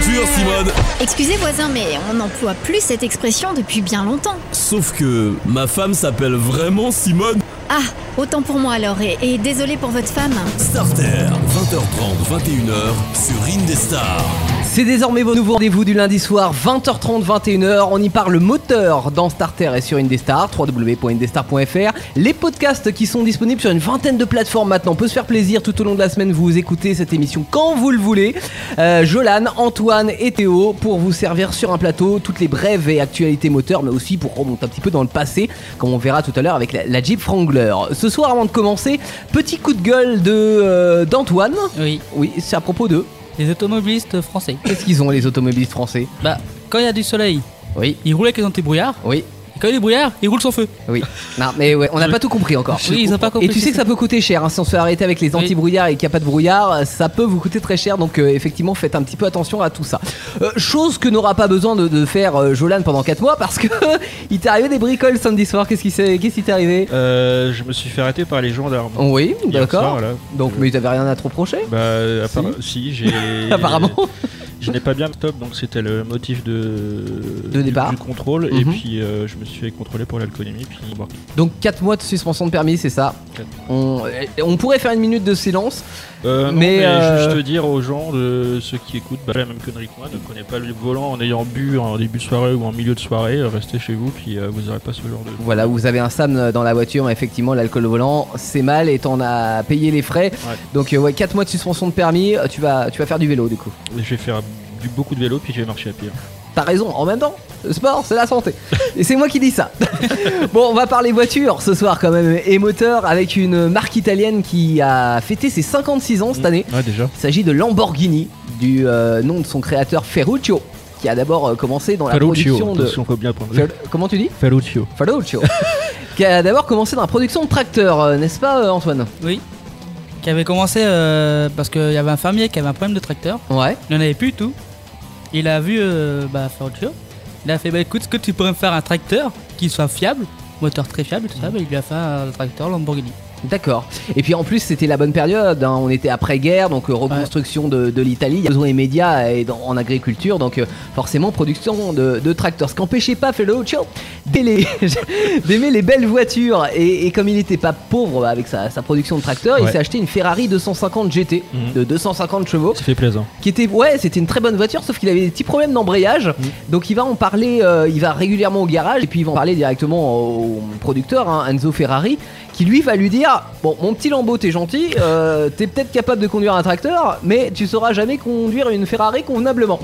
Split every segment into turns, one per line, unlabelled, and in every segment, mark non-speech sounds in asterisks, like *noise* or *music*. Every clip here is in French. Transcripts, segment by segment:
sûr, Simone.
Excusez voisin, mais on n'emploie plus cette expression depuis bien longtemps.
Sauf que ma femme s'appelle vraiment Simone
Ah, autant pour moi alors, et, et désolé pour votre femme.
Starter. 20h30, 21h sur Indestar.
C'est désormais vos nouveaux rendez-vous du lundi soir 20h30 21h. On y parle moteur dans Starter et sur Indestar, www.indestar.fr. Les podcasts qui sont disponibles sur une vingtaine de plateformes maintenant. On peut se faire plaisir tout au long de la semaine. Vous écoutez cette émission quand vous le voulez. Euh, Jolan, Antoine et Théo pour vous servir sur un plateau toutes les brèves et actualités moteurs, mais aussi pour remonter un petit peu dans le passé, comme on verra tout à l'heure avec la, la Jeep Wrangler. Ce soir, avant de commencer, petit coup de gueule de euh, d'Antoine.
Oui,
Oui, c'est à propos d'eux.
les automobilistes français. *coughs*
Qu'est-ce qu'ils ont les automobilistes français
Bah, quand il y a du soleil,
Oui,
ils roulent avec les antibrouillards.
oui.
Et quand il y a des brouillards, ils roulent sans feu.
Oui. Non, mais ouais, on n'a pas tout compris encore.
Oui, ils ont pas compris,
Et tu sais
c'est
que ça peut coûter cher. hein, si on se fait arrêter avec les anti-brouillards et qu'il n'y a pas de brouillard, ça peut vous coûter très cher. Donc, euh, effectivement, faites un petit peu attention à tout ça. Euh, chose que n'aura pas besoin de, de faire euh, Jolan pendant 4 mois parce que *laughs* il t'est arrivé des bricoles samedi soir. Qu'est-ce qui s'est qu'est-ce qui t'est arrivé
Euh, je me suis fait arrêter par les gendarmes.
Oui,
Hier
Oh, d'accord.
soir, là.
Donc, mais t'avais rien à te reprocher
Bah, appara- si, j'ai.
*laughs* Apparemment.
Je n'ai pas bien le top, donc c'était le motif de.
De
du-
départ.
Du contrôle, et
Mhm.
puis euh, je me suis fait contrôler pour l'alcoolémie, puis bon.
Donc, 4 mois de suspension de permis, c'est ça.
Quatre.
On, on pourrait faire une minute de silence.
Euh, non,
Mais,
mais,
euh,
juste dire aux gens, de ceux qui écoutent, bah, la même connerie que moi, ne prenez pas le volant en ayant bu en début de soirée ou en milieu de soirée, euh, restez chez vous, puis euh, vous n'aurez pas ce genre de.
Voilà, vous avez un SAM dans la voiture, effectivement, l'alcool au volant, c'est mal et t'en as payé les frais.
Ouais.
Donc, euh, ouais, 4 mois de suspension de permis, euh, tu vas, tu vas faire du vélo du coup.
Et Je vais faire du, beaucoup de vélo, puis je vais marcher à pied.
T'as raison, en même temps, le sport, c'est la
*laughs*
santé. Et c'est moi qui dis ça. *laughs* bon, on va parler voiture ce soir quand même, et moteur, avec une marque italienne qui a fêté ses 56 ans cette année.
Ouais, déjà.
Il s'agit de Lamborghini, du euh, nom de son créateur Ferruccio, qui a d'abord euh, commencé dans la production de.
attention, faut bien prendre.
Fer- Comment tu dis
Ferruccio.
Ferruccio. *laughs* qui a d'abord commencé dans la production de tracteurs, euh, n'est-ce pas euh, Antoine
Oui. Qui avait commencé euh, parce qu'il y avait un fermier qui avait un problème de tracteur.
Ouais.
Il n'en avait plus tout. Il a vu euh, bah, Ferruccio. Il a fait bah écoute, est-ce que tu pourrais me faire un tracteur qui soit fiable, moteur très fiable,
Mm.
tout ça. Bah, il lui a fait un tracteur Lamborghini.
D'accord. Et puis en plus, c'était la bonne période. hein. On était après-guerre, donc euh, reconstruction de, de l'Italie. Il y a besoin immédiat et dans- en agriculture, donc euh, forcément production de, de tracteurs. Ce qu'empêchait pas Ferruccio d'aimer les- *laughs* d'aimer les belles voitures. Et, et comme il n'était pas pauvre bah, avec sa, sa production de tracteurs, il
Ouais.
s'est acheté une Ferrari 250 GT
Mhm.
de 250 chevaux
Ça fait plaisir.
qui était ouais c'était une très bonne voiture sauf qu'il avait des petits problèmes d'embrayage donc il va en parler euh, il va régulièrement au garage et puis il va en parler directement au producteur hein, Enzo Ferrari qui lui va lui dire bon mon petit Lambeau t'es gentil euh, t'es peut-être capable de conduire un tracteur mais tu sauras jamais conduire une Ferrari convenablement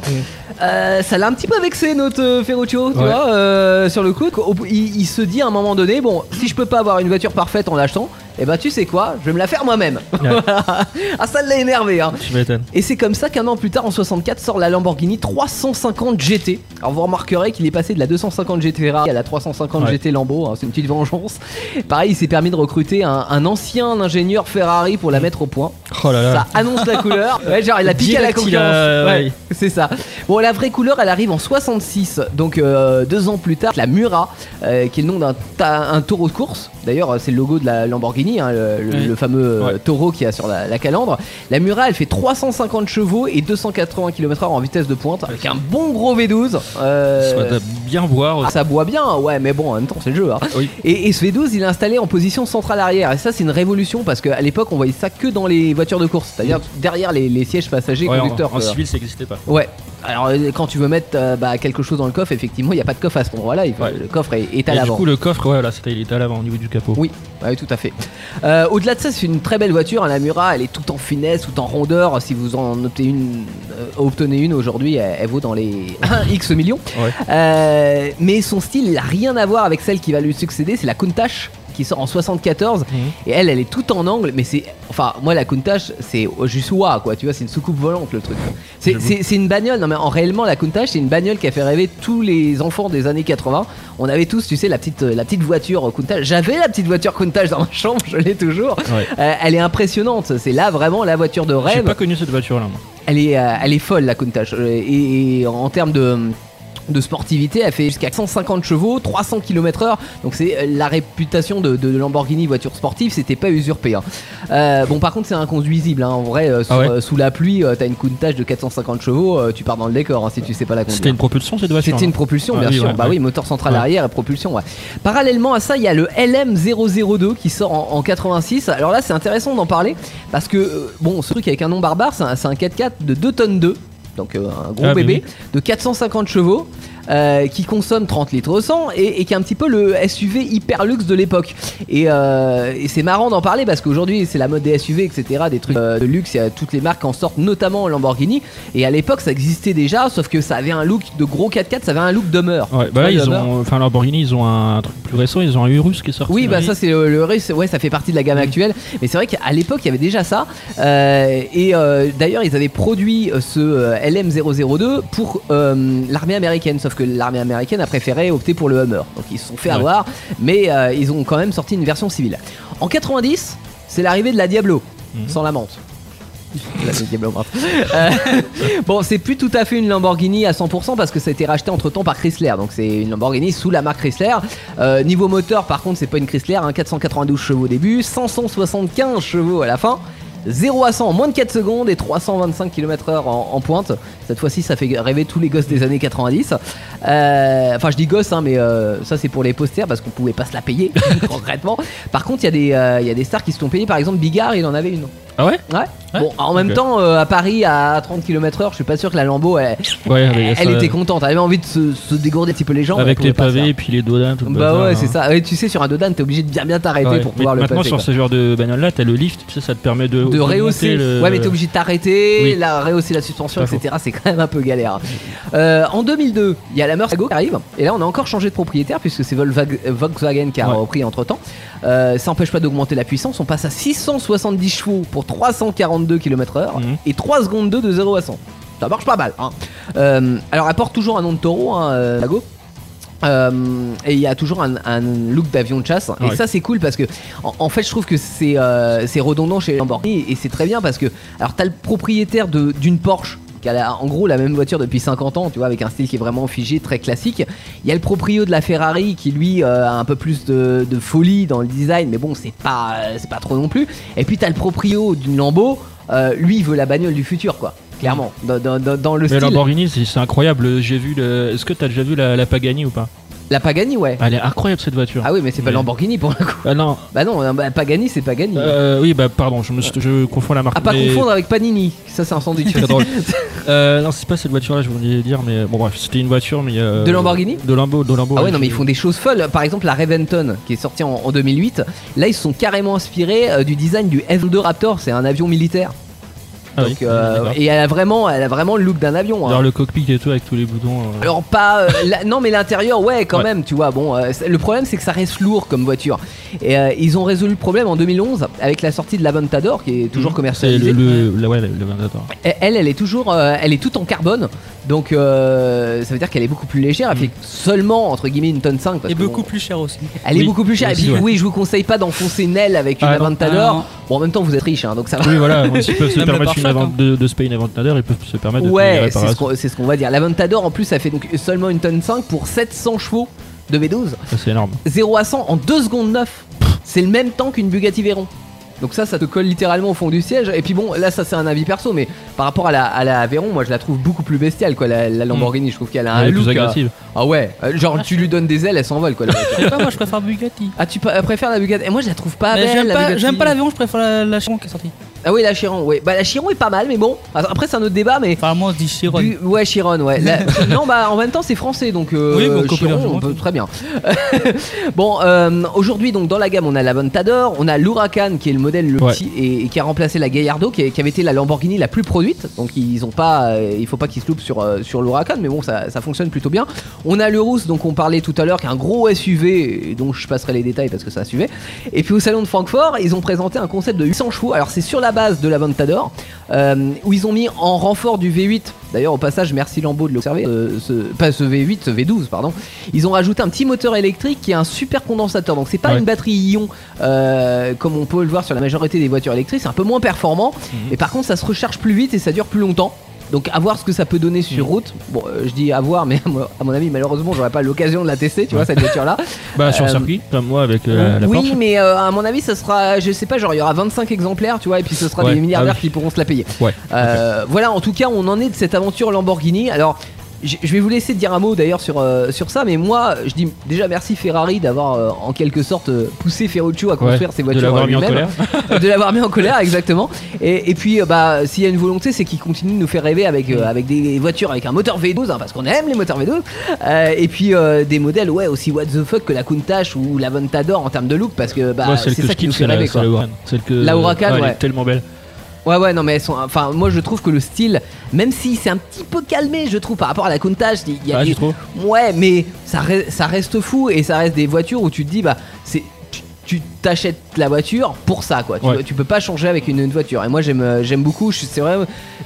Euh, ça l'a un petit peu vexé notre euh, Ferruccio tu
Ouais.
vois euh, sur le coup Au bout- il, il se dit à un moment donné bon si je peux pas avoir une voiture parfaite en l'achetant et eh ben tu sais quoi je vais me la faire moi-même *laughs* ah ça l'a énervé hein
Tu m'étonnes.
et c'est comme ça qu'un an plus tard, en 64, sort la Lamborghini 350 GT. Alors vous remarquerez qu'il est passé de la 250 GT Ferrari à la 350
Ouais.
GT Lambo. hein, c'est une petite vengeance. Pareil, il s'est permis de recruter un, un ancien ingénieur Ferrari pour la mettre au point.
Oh là là.
Ça annonce la couleur. *laughs* Ouais, genre il a piqué à la
Direct, il
concurrence.
a-
Ouais,
ouais.
c'est ça. Bon, la vraie couleur, elle arrive en 66. Donc euh, deux ans plus tard, la Mura, euh, qui est le nom d'un ta- un taureau de course. D'ailleurs, euh, c'est le logo de la Lamborghini, hein, le, le-
Oui.
le fameux euh,
Ouais.
taureau qu'il y a sur la, la calandre. La Mura, elle fait 350 chevaux et 280 km/h en vitesse de pointe, avec un bon gros V12. euh,
Ça va bien voir.
ah, ça boit bien, ouais, mais bon, en même temps, c'est le jeu. hein.
Oui.
Et, et ce V12, il est installé en position centrale arrière. Et ça, c'est une révolution parce qu'à l'époque, on voyait ça que dans les voitures de course, c'est-à-dire derrière les, les sièges passagers
Mm. Ouais, en-
conducteurs. euh,
en,
quoi.
civil, ça n'existait pas.
Ouais. Alors euh, quand tu veux mettre euh, bah, quelque chose dans le coffre, effectivement, il n'y a pas de coffre à ce moment-là. il faut-
Ouais.
Le coffre est, est à
Et du
l'avant.
coup, le coffre, ouais, là, c'était, il était à l'avant au niveau du capot.
Oui, ouais, tout à fait. Euh, Au-delà de ça, c'est une très belle voiture. hein, la Mura, elle est tout en finesse, tout en rondeur. Si vous en obtenez une, euh, obtenez une aujourd'hui, elle, elle vaut dans les *laughs* X millions.
Ouais.
Euh, mais son style n'a rien à voir avec celle qui va lui succéder, c'est la Countach qui sort en 74
Mhm.
et elle elle est tout en angle mais c'est enfin moi la Countach c'est juste ouah quoi tu vois c'est une soucoupe volante le truc c'est,
J'avoue.
c'est- c'est une bagnole non mais en réellement la Countach c'est une bagnole qui a fait rêver tous les enfants des années 80 on avait tous tu sais la petite euh, la petite voiture Countach j'avais la petite voiture Countach dans ma chambre *laughs* je l'ai toujours
Ouais.
Euh, elle est impressionnante c'est là vraiment la voiture de
J'ai
rêve
pas connu cette voiture là. moi.
elle est, euh, elle est folle la Countach Euh, et, et en termes de de sportivité, elle fait jusqu'à 150 chevaux, 300 km/h. Donc c'est euh, la réputation de, de Lamborghini voiture sportive, c'était pas usurpé. hein. Euh, bon, par contre, c'est inconduisible. hein. En vrai, euh, sur-
Ah ouais
euh, sous la pluie, euh, t'as une coutage de 450 chevaux, euh, tu pars dans le décor hein, si tu sais pas la conduire.
C'était une propulsion cette voiture
C'était une propulsion,
Ah
bien
oui,
sûr.
ouais,
bah
ouais.
oui, moteur central
Ouais.
arrière et propulsion. ouais. Parallèlement à ça, il y a le LM002 qui sort en, en 86. Alors là, c'est intéressant d'en parler parce que, euh, bon, ce truc avec un nom barbare, c'est un, c'est un 4x4 de 2 tonnes 2. Donc euh, un gros
Ah, bah
bébé de 450 chevaux euh, qui consomme 30 litres au 100 et, et qui est un petit peu le SUV hyper luxe de l'époque. Et, euh, et c'est marrant d'en parler parce qu'aujourd'hui c'est la mode des SUV, etc. Des trucs euh, de luxe, il y a toutes les marques en sortent, notamment Lamborghini. Et à l'époque ça existait déjà, sauf que ça avait un look de gros 4x4, ça avait un look d'hummer.
Ouais, bah là,
Ouais,
ils
Hummer.
ont. Enfin, Lamborghini, ils ont un truc plus récent, ils ont un Urus qui est sorti. Mm.
Oui, bah
là.
ça c'est le, le russe, ouais, ça fait partie de la gamme actuelle. Mais c'est vrai qu'à l'époque il y avait déjà ça. Euh, et euh, d'ailleurs ils avaient produit euh, ce euh, LM002 pour euh, l'armée américaine, sauf que l'armée américaine a préféré opter pour le Hummer. Donc ils se sont fait
Ouais.
avoir, mais euh, ils ont quand même sorti une version civile. En 90, c'est l'arrivée de la Diablo,
Mhm.
sans la menthe. *laughs* La Diablo
*laughs*
menthe. Euh, *laughs* bon, c'est plus tout à fait une Lamborghini à 100% parce que ça a été racheté entre temps par Chrysler. Donc c'est une Lamborghini sous la marque Chrysler. Euh, niveau moteur, par contre, c'est pas une Chrysler. hein, 492 chevaux au début, 575 chevaux à la fin. 0 à 100 en moins de 4 secondes et 325 km/h en, en pointe. Cette fois-ci, ça fait rêver tous les gosses des années 90. Euh, Enfin, je dis gosses, hein, mais euh, ça c'est pour les posters parce qu'on pouvait pas se la payer *laughs* concrètement. Par contre, il y, a des, euh, il y a des stars qui se sont payées. Par exemple, Bigard, il en avait une.
Ah ouais
Ouais.
Ouais.
Bon, en même
Ok.
temps, euh, à Paris, à 30 km/h, je suis pas sûr que la Lambo, elle,
Ouais, avec,
elle
ça-
était contente. Elle avait envie de se, se dégourdir un petit peu les jambes. elle
Avec
pouvait
les
pas
pavés
faire.
et puis les dodans, tout le
Bah
bazar,
ouais,
hein.
c'est ça. Ouais, tu sais, sur un Dodan, t'es obligé de bien bien t'arrêter
Ouais,
pour
mais
pouvoir le
maintenant
passer.
sur
quoi.
ce genre de bagnole là, t'as le lift, tu sais, ça te permet de,
De
augmenter
rehausser.
le-
Ouais, mais t'es obligé de t'arrêter,
Oui.
la rehausser la suspension,
Pas faux.
etc. C'est quand même un peu galère. Euh, en 2002, il y a la Murcielago qui arrive. Et là, on a encore changé de propriétaire puisque c'est Volvag- euh, Volkswagen qui a
Ouais.
repris entre temps. Euh, ça empêche pas d'augmenter la puissance. On passe à 670 chevaux pour 342 km/h
Mhm.
et 3 secondes 2 de 0 à 100. Ça marche pas mal. Hein. Euh, alors, elle porte toujours un nom de taureau, hein, euh, Lago. Euh, et il y a toujours un, un look d'avion de chasse. Et
Ouais.
ça, c'est cool parce que, en, en fait, je trouve que c'est euh, c'est redondant chez Lamborghini. Et c'est très bien parce que, alors, t'as le propriétaire de- d'une Porsche qui a la- en gros la même voiture depuis 50 ans, tu vois, avec un style qui est vraiment figé, très classique. Il y a le proprio de la Ferrari qui, lui, euh, a un peu plus de, de folie dans le design, mais bon, c'est pas, euh, c'est pas trop non plus. Et puis, t'as le proprio d'une Lambo, euh, lui, il veut la bagnole du futur, quoi. Clairement, dans, dans- dans- dans le
Mais
style.
Lamborghini, c'est c'est incroyable. J'ai vu le. Est-ce que t'as déjà vu la, la Pagani ou pas
La Pagani, ouais.
Elle est incroyable cette voiture.
Ah oui, mais c'est pas
Ah. Mais-
Lamborghini pour le coup.
Ah non.
Bah non, bah, Pagani, c'est Pagani.
Euh, oui, bah pardon, je, me, suis- je confonds la marque.
à pas
mais-
confondre avec Panini, ça c'est un sandwich.
Très drôle. Euh, non, c'est pas cette voiture-là, je voulais dire, mais bon bref, c'était une voiture, mais euh,
De Lamborghini
de Lambo, de Lambo.
*laughs* Ah ouais,
ouais,
non, mais ils
qui-
font des choses folles. Par exemple, la Raventon qui est sortie en, en 2008, là ils se sont carrément inspirés euh, du design du F2 Raptor, c'est un avion militaire.
Ah
Donc,
oui.
euh,
D'accord.
et elle a, vraiment, elle a vraiment le look d'un avion. hein.
Dans le cockpit et tout avec tous les boutons. euh.
Alors pas euh, *laughs* la- non mais l'intérieur ouais quand
Ouais.
même tu vois bon euh, c'est- le problème c'est que ça reste lourd comme voiture et euh, ils ont résolu le problème en 2011 avec la sortie de l'Aventador qui est toujours
Mhm. C'est
commercialisée
le, le, la- ouais, le, le Aventador.
Et Elle, elle est toujours, euh, elle est toute en carbone, donc euh, ça veut dire qu'elle est beaucoup plus légère.
Mm.
Elle fait seulement entre guillemets une tonne 5 parce
Et
que,
beaucoup
bon,
plus cher aussi.
elle est
Oui,
beaucoup plus chère. Et
aussi,
puis
ouais.
oui, je vous conseille pas d'enfoncer une aile avec une
Ah non,
Aventador.
ah non.
bon, en même temps, vous êtes riche, hein, donc ça va.
Oui, voilà, donc s'ils peuvent se
Même le
permettre une
pare-choc,
avant-
hein.
de, de se payer une Aventador, ils peuvent se permettre de payer une
Ouais, c'est ce
réparation.
qu'on c'est ce qu'on va dire. L'Aventador en plus, ça fait donc seulement une tonne 5 pour 700 chevaux de V12,
Ça, C'est énorme.
0 à 100 en 2 secondes 9. C'est le même temps qu'une Bugatti Veyron. Donc ça, ça te colle littéralement au fond du siège. Et puis bon, là, ça c'est un avis perso, mais par rapport à la, à la Veyron, moi je la trouve beaucoup plus bestiale, quoi. La, la Lamborghini, je trouve qu'elle a un
Elle est
look.
plus
euh,
agressive.
Ah ouais, euh, genre tu lui donnes des ailes, elle s'envole quoi. la voiture.
Je sais pas, moi je
*laughs*
préfère Bugatti.
ah tu pa- euh, préfères la Bugatti Et moi je la trouve pas
Mais
belle.
J'aime
Ah ben, la
pas,
Bugatti.
j'aime pas l'avion, je préfère la, la Chiron qui est sortie.
Ah oui la Chiron, ouais. Bah la Chiron est pas mal, mais bon. Après c'est un autre débat, mais.
Enfin, moi on se dit Chiron.
Du- ouais Chiron, ouais.
*laughs*
La- non bah en même temps c'est français donc. euh,
Oui, bon,
Chiron,
copier,
on peut
largement.
très bien. *laughs* bon euh, aujourd'hui donc dans la gamme on a la Ventador, on a l'Huracan qui est le modèle le
Ouais.
petit et, et qui a remplacé la Gallardo qui, est- qui avait été la Lamborghini la plus produite donc ils ont pas, euh, il faut pas qu'ils se loupent sur euh, sur l'Huracan mais bon ça, ça fonctionne plutôt bien. On a le Rousse dont on parlait tout à l'heure qui est un gros SUV et dont je passerai les détails parce que c'est un SUV. Et puis au salon de Francfort, ils ont présenté un concept de 800 chevaux. Alors c'est sur la base de la Ventador, euh, où ils ont mis en renfort du V8. D'ailleurs au passage, merci Lambeau de l'observer. euh, ce- pas ce V8, ce V12 pardon. Ils ont rajouté un petit moteur électrique qui est un super condensateur. Donc c'est pas
Ouais.
une batterie ion euh, comme on
Mhm.
peut le voir sur la majorité des voitures électriques. C'est un peu moins performant. Et par contre, ça se recharge plus vite et ça dure plus longtemps. Donc à voir ce que ça peut donner sur
Mm.
route. Bon, euh, je dis à voir, mais *laughs* à mon- à mon avis, malheureusement, j'aurais pas l'occasion de la tester, tu vois, cette voiture-là.
Bah, sur
Euh,
circuit, comme moi avec euh, *laughs* la
oui,
Porsche.
mais euh, à mon avis, ça sera, je sais pas, genre il y aura 25 exemplaires, tu vois, et puis ce sera
Ouais.
des milliardaires
Ah oui.
qui pourront se la payer.
Ouais.
Euh, Voilà, en tout cas, on en est de cette aventure Lamborghini. Alors, j- je vais vous laisser dire un mot d'ailleurs sur, euh, sur ça, mais moi, je dis déjà merci Ferrari d'avoir euh, en quelque sorte euh, poussé Ferruccio à construire
Ouais,
ses
de
voitures
l'avoir mis en
lui-même. *laughs*
colère.
de l'avoir mis en colère, exactement. Et, et puis, euh, bah, s'il y a une volonté, c'est qu'il continue de nous faire rêver avec, euh, avec des voitures avec un moteur V12, hein, parce qu'on aime les moteurs V12. Euh, et puis euh, des modèles, ouais, aussi what the fuck que la Countach ou la Ventador en termes de look, parce que bah,
Moi,
c'est
celle que
ça
je
qui nous
kiffe,
fait
c'est la
rêver.
c'est
Quoi.
la Huracan. Celle que-
La Huracan,
Ah, Elle
ouais.
est tellement belle.
Ouais, ouais, non, mais elles sont. Enfin, moi, je trouve que le style, même si c'est un petit peu calmé, je trouve, par rapport à la Countach, il y a
Ah,
des-
tu trouves
Ouais, mais ça, re- ça reste fou et ça reste des voitures où tu te dis, bah, c'est. tu- Tu t'achètes la voiture pour ça, quoi. Tu,
Ouais.
tu peux pas changer avec une, autre voiture. Et moi, j'aime euh, j'aime beaucoup. je- C'est vrai.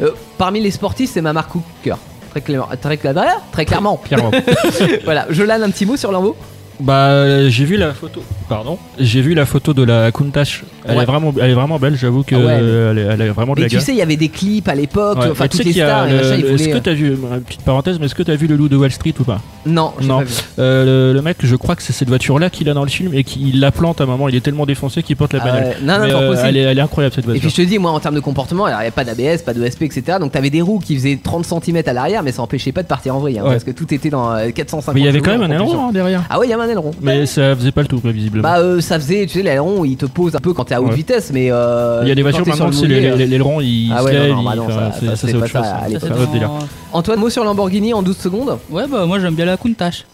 euh, parmi les sportifs, c'est ma marque au cœur. Très, clair, très, clair- très clairement. *laughs*
Clairement.
voilà. Jolan, un petit mot sur Lambo
Bah, euh, j'ai vu la photo. Pardon. J'ai vu la photo de la Countach. Elle
Ouais.
est vraiment, elle est vraiment belle. J'avoue que
Ah ouais, mais-
euh, elle, est, elle est vraiment de
Mais
la
tu
gueule.
sais, il y avait des clips à l'époque.
Ouais,
Enfin,
mais tu sais
toutes les
qu'il y a
stars. et
le-
machin, ils
le- Est-ce
voulaient-
que t'as vu, euh, petite parenthèse, mais est-ce que t'as vu le loup de Wall Street ou pas
Non, j'ai
Non.
pas vu.
Euh, le, le mec, je crois que c'est cette voiture-là qu'il a dans le film et qu'il la plante à un moment. Il est tellement défoncé qu'il porte la
Ah
banale.
ouais. Non, non,
Mais,
pas
euh,
possible.
elle, est, elle est incroyable cette
Et
voiture.
puis je te dis, moi en termes de comportement, alors il n'y a pas d'ABS, pas de SP, etc. Donc t'avais des roues qui faisaient 30 cm à l'arrière, mais ça empêchait pas de partir en vrille, hein,
Ouais.
parce que tout était dans euh, 450.
mais il y avait
chevaux
quand même
en
un
propulsion.
aileron hein, derrière.
Ah ouais, il y avait un aileron.
Mais ça faisait pas le tout, quoi, visiblement.
Bah euh, ça faisait, tu sais, l'aileron il te pose un peu quand t'es à haute
Ouais.
vitesse, mais. euh,
il y a des
quand
voitures
t'es sur
maintenant,
le
c'est les-
mouillé,
les-
euh,
les- l'aileron, il
Ah
se
ouais, non,
lève.
non, bah
il-
non,
enfin,
ça- ça,
c'est- ça,
c'est
c'est
pas
autre
ça,
chose.
à
C'est
l'époque.
un autre délire.
euh. Antoine, mot sur Lamborghini en 12 secondes
Ouais, bah moi j'aime bien la Countach.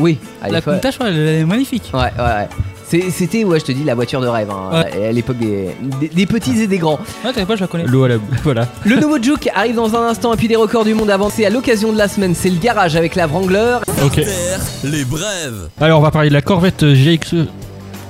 Oui, à
La
l'époque.
Countach, ouais, elle est magnifique.
Ouais, ouais, ouais. C'est- C'était, ouais, je te dis, la voiture de rêve, hein, à l'époque des- des- des petits et des grands.
Ouais, t'avais Ah, pas, je la connais.
L'eau à la. Voilà.
Le nouveau Juke arrive dans un instant et puis des records du monde avancés à l'occasion de la semaine, c'est le garage avec la Wrangler.
Ok.
Terre, les brèves.
Alors, on va parler de la Corvette euh, GXE E,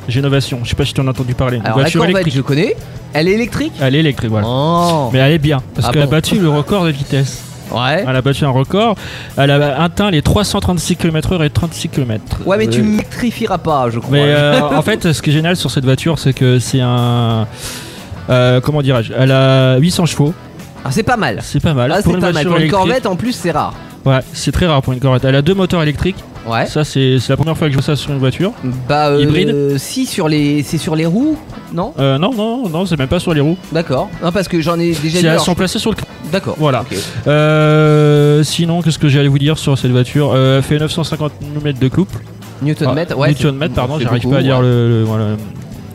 Génovation. Je sais pas si tu en as entendu parler. Une
Alors la
voiture
Corvette,
électrique.
je connais, elle est électrique
Elle est électrique, voilà.
Oh
Mais elle est bien, parce
Ah
qu'elle
bon Eh
a battu le record de vitesse.
Ouais.
Elle a battu un record. Elle a atteint les 336 km/h et 36 km.
Ouais, mais tu m'électrifieras pas, je crois.
Euh, Mais euh, en fait, ce qui est génial sur cette voiture, c'est que c'est un. euh, comment dirais-je Elle a 800 chevaux.
Ah, c'est pas mal.
C'est pas mal.
Là,
pour
c'est
une
pas mal.
voiture
Pour une
électrique.
Corvette, en plus, c'est rare.
Ouais, c'est très rare pour une Corvette. Elle a deux moteurs électriques.
Ouais.
Ça, c'est c'est la première fois que je vois ça sur une voiture.
Bah, euh,
Hybride
si, sur les... c'est sur les roues, non
Euh, non, non, non, c'est même pas sur les roues.
D'accord. Non, parce que j'en ai déjà
C'est-
dit.
Elles
alors,
sont placées sur le. cr-
je- D'accord.
Voilà.
Ok.
Euh, sinon, qu'est-ce que j'allais vous dire sur cette voiture Euh, Elle fait 950 mm de couple.
Newton mètre, ouais.
Newton
c'est-
mètre, pardon,
c'est
j'arrive
beaucoup,
pas à dire
ouais.
le. le- voilà.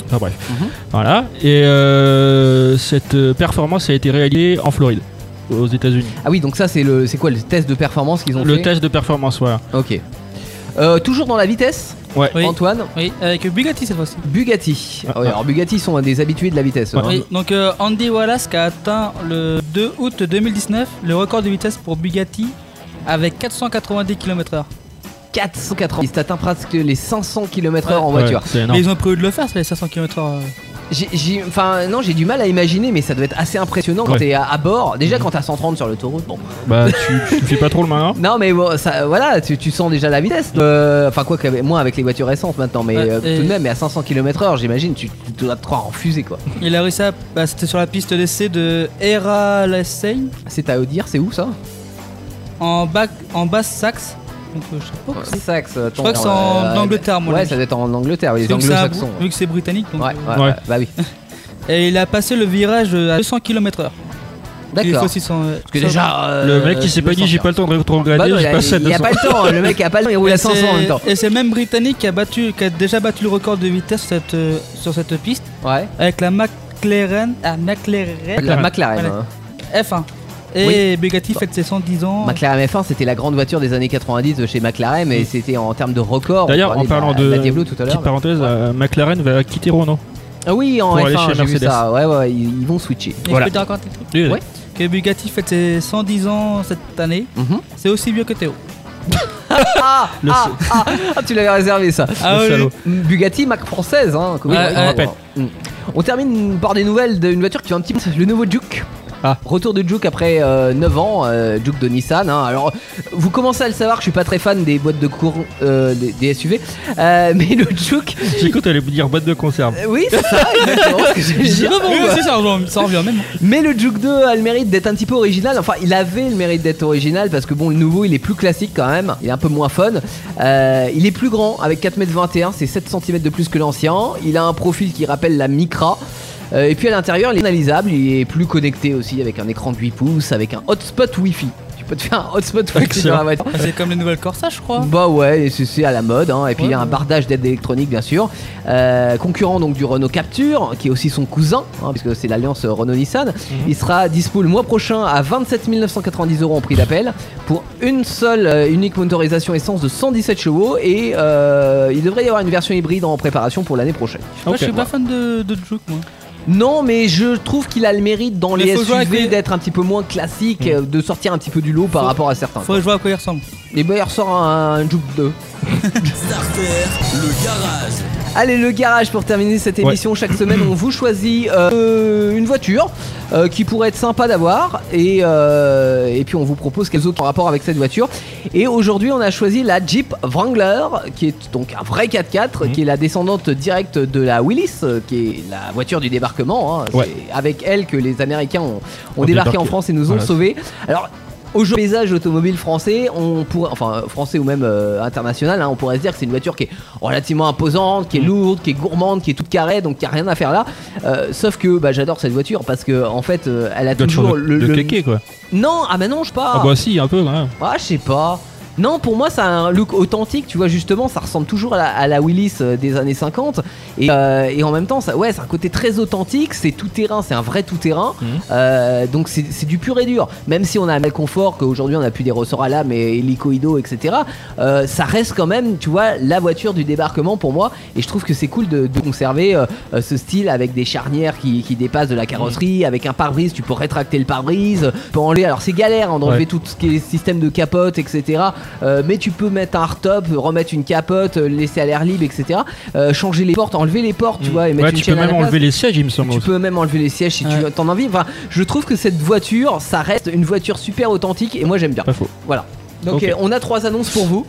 Enfin bref.
Mhm.
Voilà. Et euh, cette euh, performance a été réalisée en Floride, aux États-Unis.
Ah oui, donc ça, c'est le... c'est quoi le test de performance qu'ils ont
Le
fait
test de performance, voilà.
Ok. Euh, toujours dans la vitesse,
Ouais.
Oui.
Antoine.
Oui, avec Bugatti cette fois-ci.
Bugatti.
Ah,
Ouais,
ah.
alors, Bugatti sont des habitués de la vitesse. eux, hein.
Oui, donc euh, Andy Wallace qui a atteint le 2 août 2019 le record de vitesse pour Bugatti avec 490 km/h.
480. Ça atteint presque les 500 km/h en
Ouais,
voiture.
c'est énorme.
Mais ils ont prévu de le faire, c'est les 500 km/h.
J'ai- j'ai- Enfin, non, j'ai du mal à imaginer, mais ça doit être assez impressionnant quand
Ouais.
t'es à, à bord. Déjà, quand t'as 130 sur l'autoroute, bon.
Bah, tu, tu fais pas trop le malin. hein.
Non, mais bon, ça, voilà, tu, tu sens déjà la vitesse. Euh, Enfin, quoi que moins avec les voitures récentes maintenant, mais
Ouais,
euh,
et-
tout de même, mais à 500 km/h, j'imagine, tu, tu dois te croire en fusée, quoi.
Il a réussi à. bah, C'était sur la piste d'essai de Era Lassay
C'est à dire, c'est où ça
en, bac- en basse Saxe. Donc euh, je sais pas. où c'est.
Saxe, attends,
crois que c'est en
euh,
Angleterre, moi,
Ouais,
le-
ça doit être en Angleterre, oui, les
Donc c'est un
anglo-saxons.
bout-
Ouais,
Vu que c'est britannique. donc,
ouais,
euh,
ouais,
Ouais.
bah oui.
Et il a passé le virage à 200 km/h. Il faut
D'accord.
600. euh,
Parce que déjà. euh,
Le mec, il s'est
tu dois
pas dit, j'ai
sentir.
pas le temps de
Bah
regarder,
non, il
j'ai
a,
passé à
il a
200.
pas le temps, hein. le mec a pas le temps, il roule à
Et
500 en même temps.
c'est- Et c'est même Britannique qui a battu, qui a déjà battu le record de vitesse cette, euh, sur cette piste
*laughs*
Ouais,
avec la McLaren, ah, McLaren
la McLaren.
Voilà.
hein.
F1. Et Bugatti fête ses 110 ans.
McLaren F1, c'était la grande voiture des années 90 de chez McLaren, et c'était en termes de record.
D'ailleurs,
on
en
parlait
parlant
la-
de.
la Diablo tout à l'heure.
Petite parenthèse, euh, McLaren va quitter Renault.
Ah oui, en
pour aller
F1,
chez
j'ai vu
Mercedes.
ça. Ouais, ouais, ils, ils vont switcher.
Et
Voilà.
je peux te raconter un truc
Ouais.
Que Bugatti fête ses 110 ans cette année.
Mhm.
C'est aussi vieux
*laughs*
que Théo.
Ah,
Le-
ah, ah, ah, tu l'avais réservé ça. Mm,
Ah
Le
oui.
salaud.
Bugatti, marque française. Hein, comme
Ouais,
on dit.
ouais.
Mm. On termine par des nouvelles d'une voiture qui est un petit peu. Le nouveau Duke.
Ah.
Retour de Juke après 9 ans, euh, Juke de Nissan. hein. Alors, vous commencez à le savoir, je suis pas très fan des boîtes de cours euh, des, des SUV, euh, *laughs* mais le Juke,
J'ai cru que t'allais me dire boîte de conserve.
euh, oui, *laughs* c'est ça, exactement ce que j'allais dire.
Oui, aussi, ça revient- ça revient au même. hein.
Mais le Juke 2 a le mérite d'être un petit peu original. Enfin, il avait le mérite d'être original parce que bon, le nouveau, il est plus classique quand même. Il est un peu moins fun. Euh, il est plus grand avec 4m21, c'est 7 cm de plus que l'ancien. Il a un profil qui rappelle la Micra. Euh, et puis à l'intérieur, il est analysable. Il est plus connecté aussi avec un écran de 8 pouces, avec un hotspot Wi-Fi. Tu peux te faire un hotspot Wi-Fi dans la
Excellent.
voiture.
Ah, C'est comme les nouvelles Corsage, je crois.
Bah ouais, et c'est- c'est à la mode. hein. Et puis il y a
Ouais,
un
ouais.
bardage d'aide électronique, bien sûr. Euh, concurrent donc du Renault Capture, qui est aussi son cousin, hein, puisque c'est l'alliance Renault-Nissan.
Mhm.
Il sera dispo le mois prochain à 27 990 euros en prix d'appel pour une seule euh, unique motorisation essence de 117 chevaux. Et euh, il devrait y avoir une version hybride en préparation pour l'année prochaine.
Moi, je suis
Ok.
bah.
pas fan de, de Juke, moi.
Non, mais je trouve qu'il a le mérite dans
Mais
les
faut jouer avec
SUV
les- Mhm.
d'être un petit peu moins classique, euh, de sortir un petit peu du lot par
Faut-
rapport à certains. Eh
Faut jouer à quoi il ressemble.
Les bailleurs sortent un, un Juke 2.
Starter, le garage.
Allez, le garage pour terminer cette émission. Chaque semaine, on vous choisit euh, une voiture euh, qui pourrait être sympa d'avoir et, euh, et puis on vous propose quels autres en rapport avec cette voiture. Et aujourd'hui, on a choisi la Jeep Wrangler qui est donc un vrai 4x4
Mhm.
qui est la descendante directe de la Willys euh, qui est la voiture du débarquement. hein.
Ouais.
C'est avec elle que les Américains ont, ont
Ont
débarqué
débarqué.
en France et nous ont
Voilà.
sauvés. Alors, Aujourd'hui, paysage automobile français, on pourrait, enfin euh, français ou même euh, international, hein, on pourrait se dire que c'est une voiture qui est relativement imposante,
Mm.
qui est lourde, qui est gourmande, qui est toute carrée, donc il n'y a rien à faire là. Euh, sauf que bah, j'adore cette voiture parce que en fait, euh, elle a
Voiture
toujours
de,
le,
de
le-
kéké, quoi.
Non, ah bah non, je sais pas.
Ah bah si, un peu quand même.
Ah, je sais pas. Non, pour moi, ça a un look authentique, tu vois, justement, ça ressemble toujours à la, à la Willis euh, des années 50. Et, euh, et en même temps, ça, ouais, c'est un côté très authentique, c'est tout-terrain, c'est un vrai tout-terrain.
Mhm.
Euh, donc, c'est c'est du pur et dur. Même si on a le confort, qu'aujourd'hui, on n'a plus des ressorts à lame et hélicoïdaux, etc., euh, ça reste quand même, tu vois, la voiture du débarquement pour moi. Et je trouve que c'est cool de, de conserver euh, euh, ce style avec des charnières qui, qui dépassent de la
Mm.
carrosserie, avec un pare-brise, tu peux rétracter le pare-brise, tu peux enlever. Alors, c'est galère hein, d'enlever
Ouais.
tout ce qui est système de capote, etc. Euh, mais tu peux mettre un hardtop, remettre une capote, euh, laisser à l'air libre, etc. Euh, changer les portes, enlever les portes, tu vois, et mettre
Mm. Ouais,
une
tu peux
chaîne à
même
la place.
enlever les sièges, il me semble.
Tu peux même enlever les sièges si tu
Ouais.
t'en as envie. Enfin, je trouve que cette voiture, ça reste une voiture super authentique et moi j'aime bien.
Pas faux.
Voilà. Donc
Ok.
euh, on a trois annonces pour vous.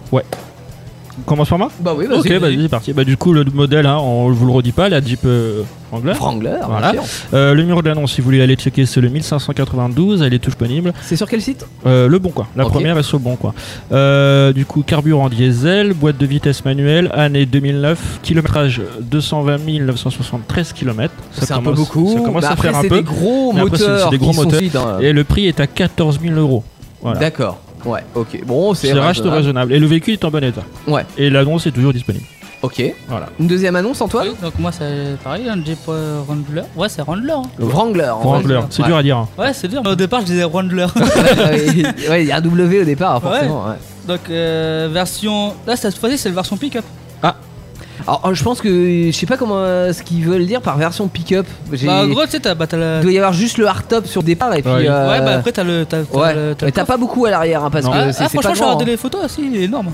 On commence par moi
Bah oui,
Ok, bah, c'est parti. Bah, du coup, le modèle, hein, on vous le redit pas, la Jeep euh, Wrangler.
Wrangler, bien
Voilà.
sûr.
Euh, le numéro de l'annonce, si vous voulez aller checker, c'est le 1592, elle est touche disponible.
C'est sur quel site
Euh, le bon quoi, la
Ok.
première est sur le bon quoi. Euh, du coup, carburant diesel, boîte de vitesse manuelle, année 2009, kilométrage 220 973 km.
C'est un peu beaucoup.
Ça commence
Bah,
à
après,
faire un
c'est
peu.
des gros
Mais après, c'est-
moteurs.
c'est des gros
qui sont
moteurs.
vides, hein.
Et le prix est à 14 000 euros. Voilà.
D'accord. Ouais, ok. Bon, c'est
C'est reste
raisonnable.
raisonnable. Et le véhicule est en bon état.
Ouais.
Et l'annonce est toujours disponible.
Ok.
Voilà.
Une deuxième annonce, Antoine
Oui, donc moi, c'est pareil, un Jeep euh, Wrangler. Ouais, c'est Wrangler. hein.
Wrangler. en vrai.
Wrangler,
ouais.
c'est dur à dire. hein.
Ouais, c'est dur. Au départ, je disais Wrangler.
*laughs* ouais, il y a un W au départ, forcément. ouais.
donc, euh, version. Là, cette fois-ci, c'est la version pick-up.
Alors, oh, je pense que je sais pas comment euh, ce qu'ils veulent dire par version pick-up. J'ai-
Bah, en gros, tu sais, t'as bah, t'as la.
Il doit y avoir juste le hardtop sur le départ et puis.
Ouais.
euh,
Ouais, bah après, t'as le. T'as t'as
ouais.
le-
Mais t'as
le-
pas beaucoup à l'arrière hein, parce
Non.
que
Ah,
c'est c'est
ah, franchement,
pas
je regarde
grand. hein.
les photos aussi, il est énorme.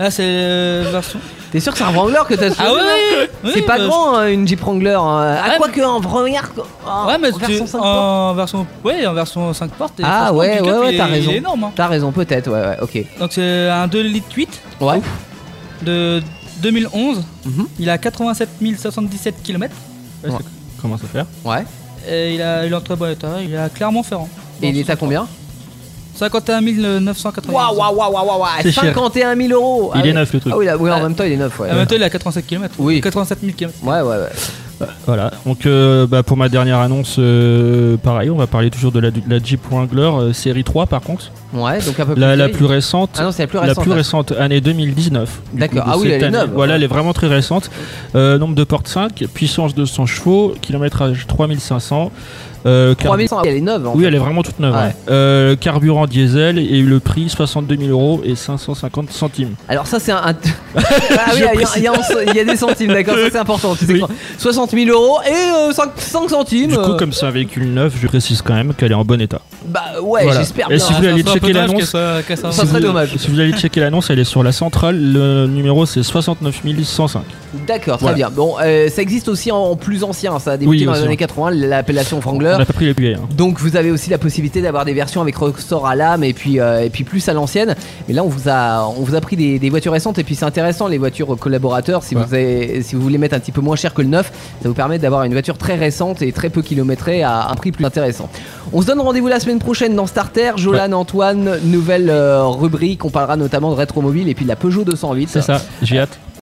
Là, c'est euh, version.
T'es sûr que c'est un Wrangler que t'as choisi,
Ah ouais,
là
ouais, ouais,
C'est pas
bah,
grand hein, une Jeep Wrangler. hein. Ah,
Ouais,
quoi que en Wrangler. quoi. Ah,
Ouais, mais
en
tu-
version cinq portes.
en version, ouais, en version 5 portes. et
Ah
franchement,
ouais,
le pick-up,
ouais, ouais,
il
t'as
est-
raison.
Il est énorme. hein.
T'as raison, peut-être, ouais, ouais, ok.
Donc c'est un 2 litres 8
Ouais.
de 2011.
Mhm.
Il a 87 077 km.
Ouais.
Comment ça faire
Ouais.
Et il a il est en très bon état. Il est à Clermont-Ferrand.
Et il est à combien
51 980.
Waouh, waouh, waouh, waouh, waouh,
C'est cher.
51 000 euros.
Il
Ah
est
oui.
neuf le truc.
Ah oui, là, oui, en
Ouais.
même temps, il est neuf, ouais.
En même temps, Ah, il a 87 km.
Oui.
87 000 km.
Ouais, ouais, ouais.
Voilà, donc euh, bah, pour ma dernière annonce, euh, pareil, on va parler toujours de la, de la Jeep Wrangler euh, série 3 par contre.
Ouais, donc un peu plus.
La, la
vieille.
plus récente,
Ah non, c'est la plus
la
récente.
plus récente, année 2019. du
D'accord.
coup, de
Ah oui,
cette
elle est
année.
neuve.
Voilà, elle est vraiment très récente. Euh, nombre de portes 5, puissance 200 chevaux, kilométrage 3500. euh, car-
3100, elle est neuve. en
Oui,
fait.
elle est vraiment toute neuve.
Ouais.
ouais. Euh, carburant diesel et le prix 62 000 euros et 550 centimes.
Alors ça c'est un...
*laughs*
un- ah oui, il y a- il y, a un- il y a des centimes, d'accord, ça c'est important. Tu sais
Oui.
quoi. 60 000 euros et 5, centimes.
Du coup,
euh,
comme c'est un véhicule neuf, je précise quand même qu'elle est en bon état.
Bah ouais,
Voilà.
j'espère
Et
bien.
si vous voulez aller checker l'annonce,
Ça
Ça
serait
vous-
dommage.
Si vous allez checker l'annonce, elle est sur la centrale. Le numéro c'est 69 105.
D'accord, très
Voilà.
bien. Bon, euh, ça existe aussi en, en plus ancien, ça a débuté
Oui,
dans les
aussi,
années
ouais.
80, l'appellation Wrangler. l'heure.
On a pas pris les billets. hein.
Donc vous avez aussi la possibilité d'avoir des versions avec ressort à lame et puis euh, et puis plus à l'ancienne. Mais là on vous a on vous a pris des, des voitures récentes et puis c'est intéressant les voitures collaborateurs si
Ouais.
vous avez, si vous voulez mettre un petit peu moins cher que le neuf, ça vous permet d'avoir une voiture très récente et très peu kilométrée à un prix plus intéressant. On se donne rendez-vous la semaine prochaine dans Starter. Jolan, Antoine, nouvelle euh, rubrique. On parlera notamment de rétromobile et puis de la Peugeot 208.
C'est ça, j'ai hâte.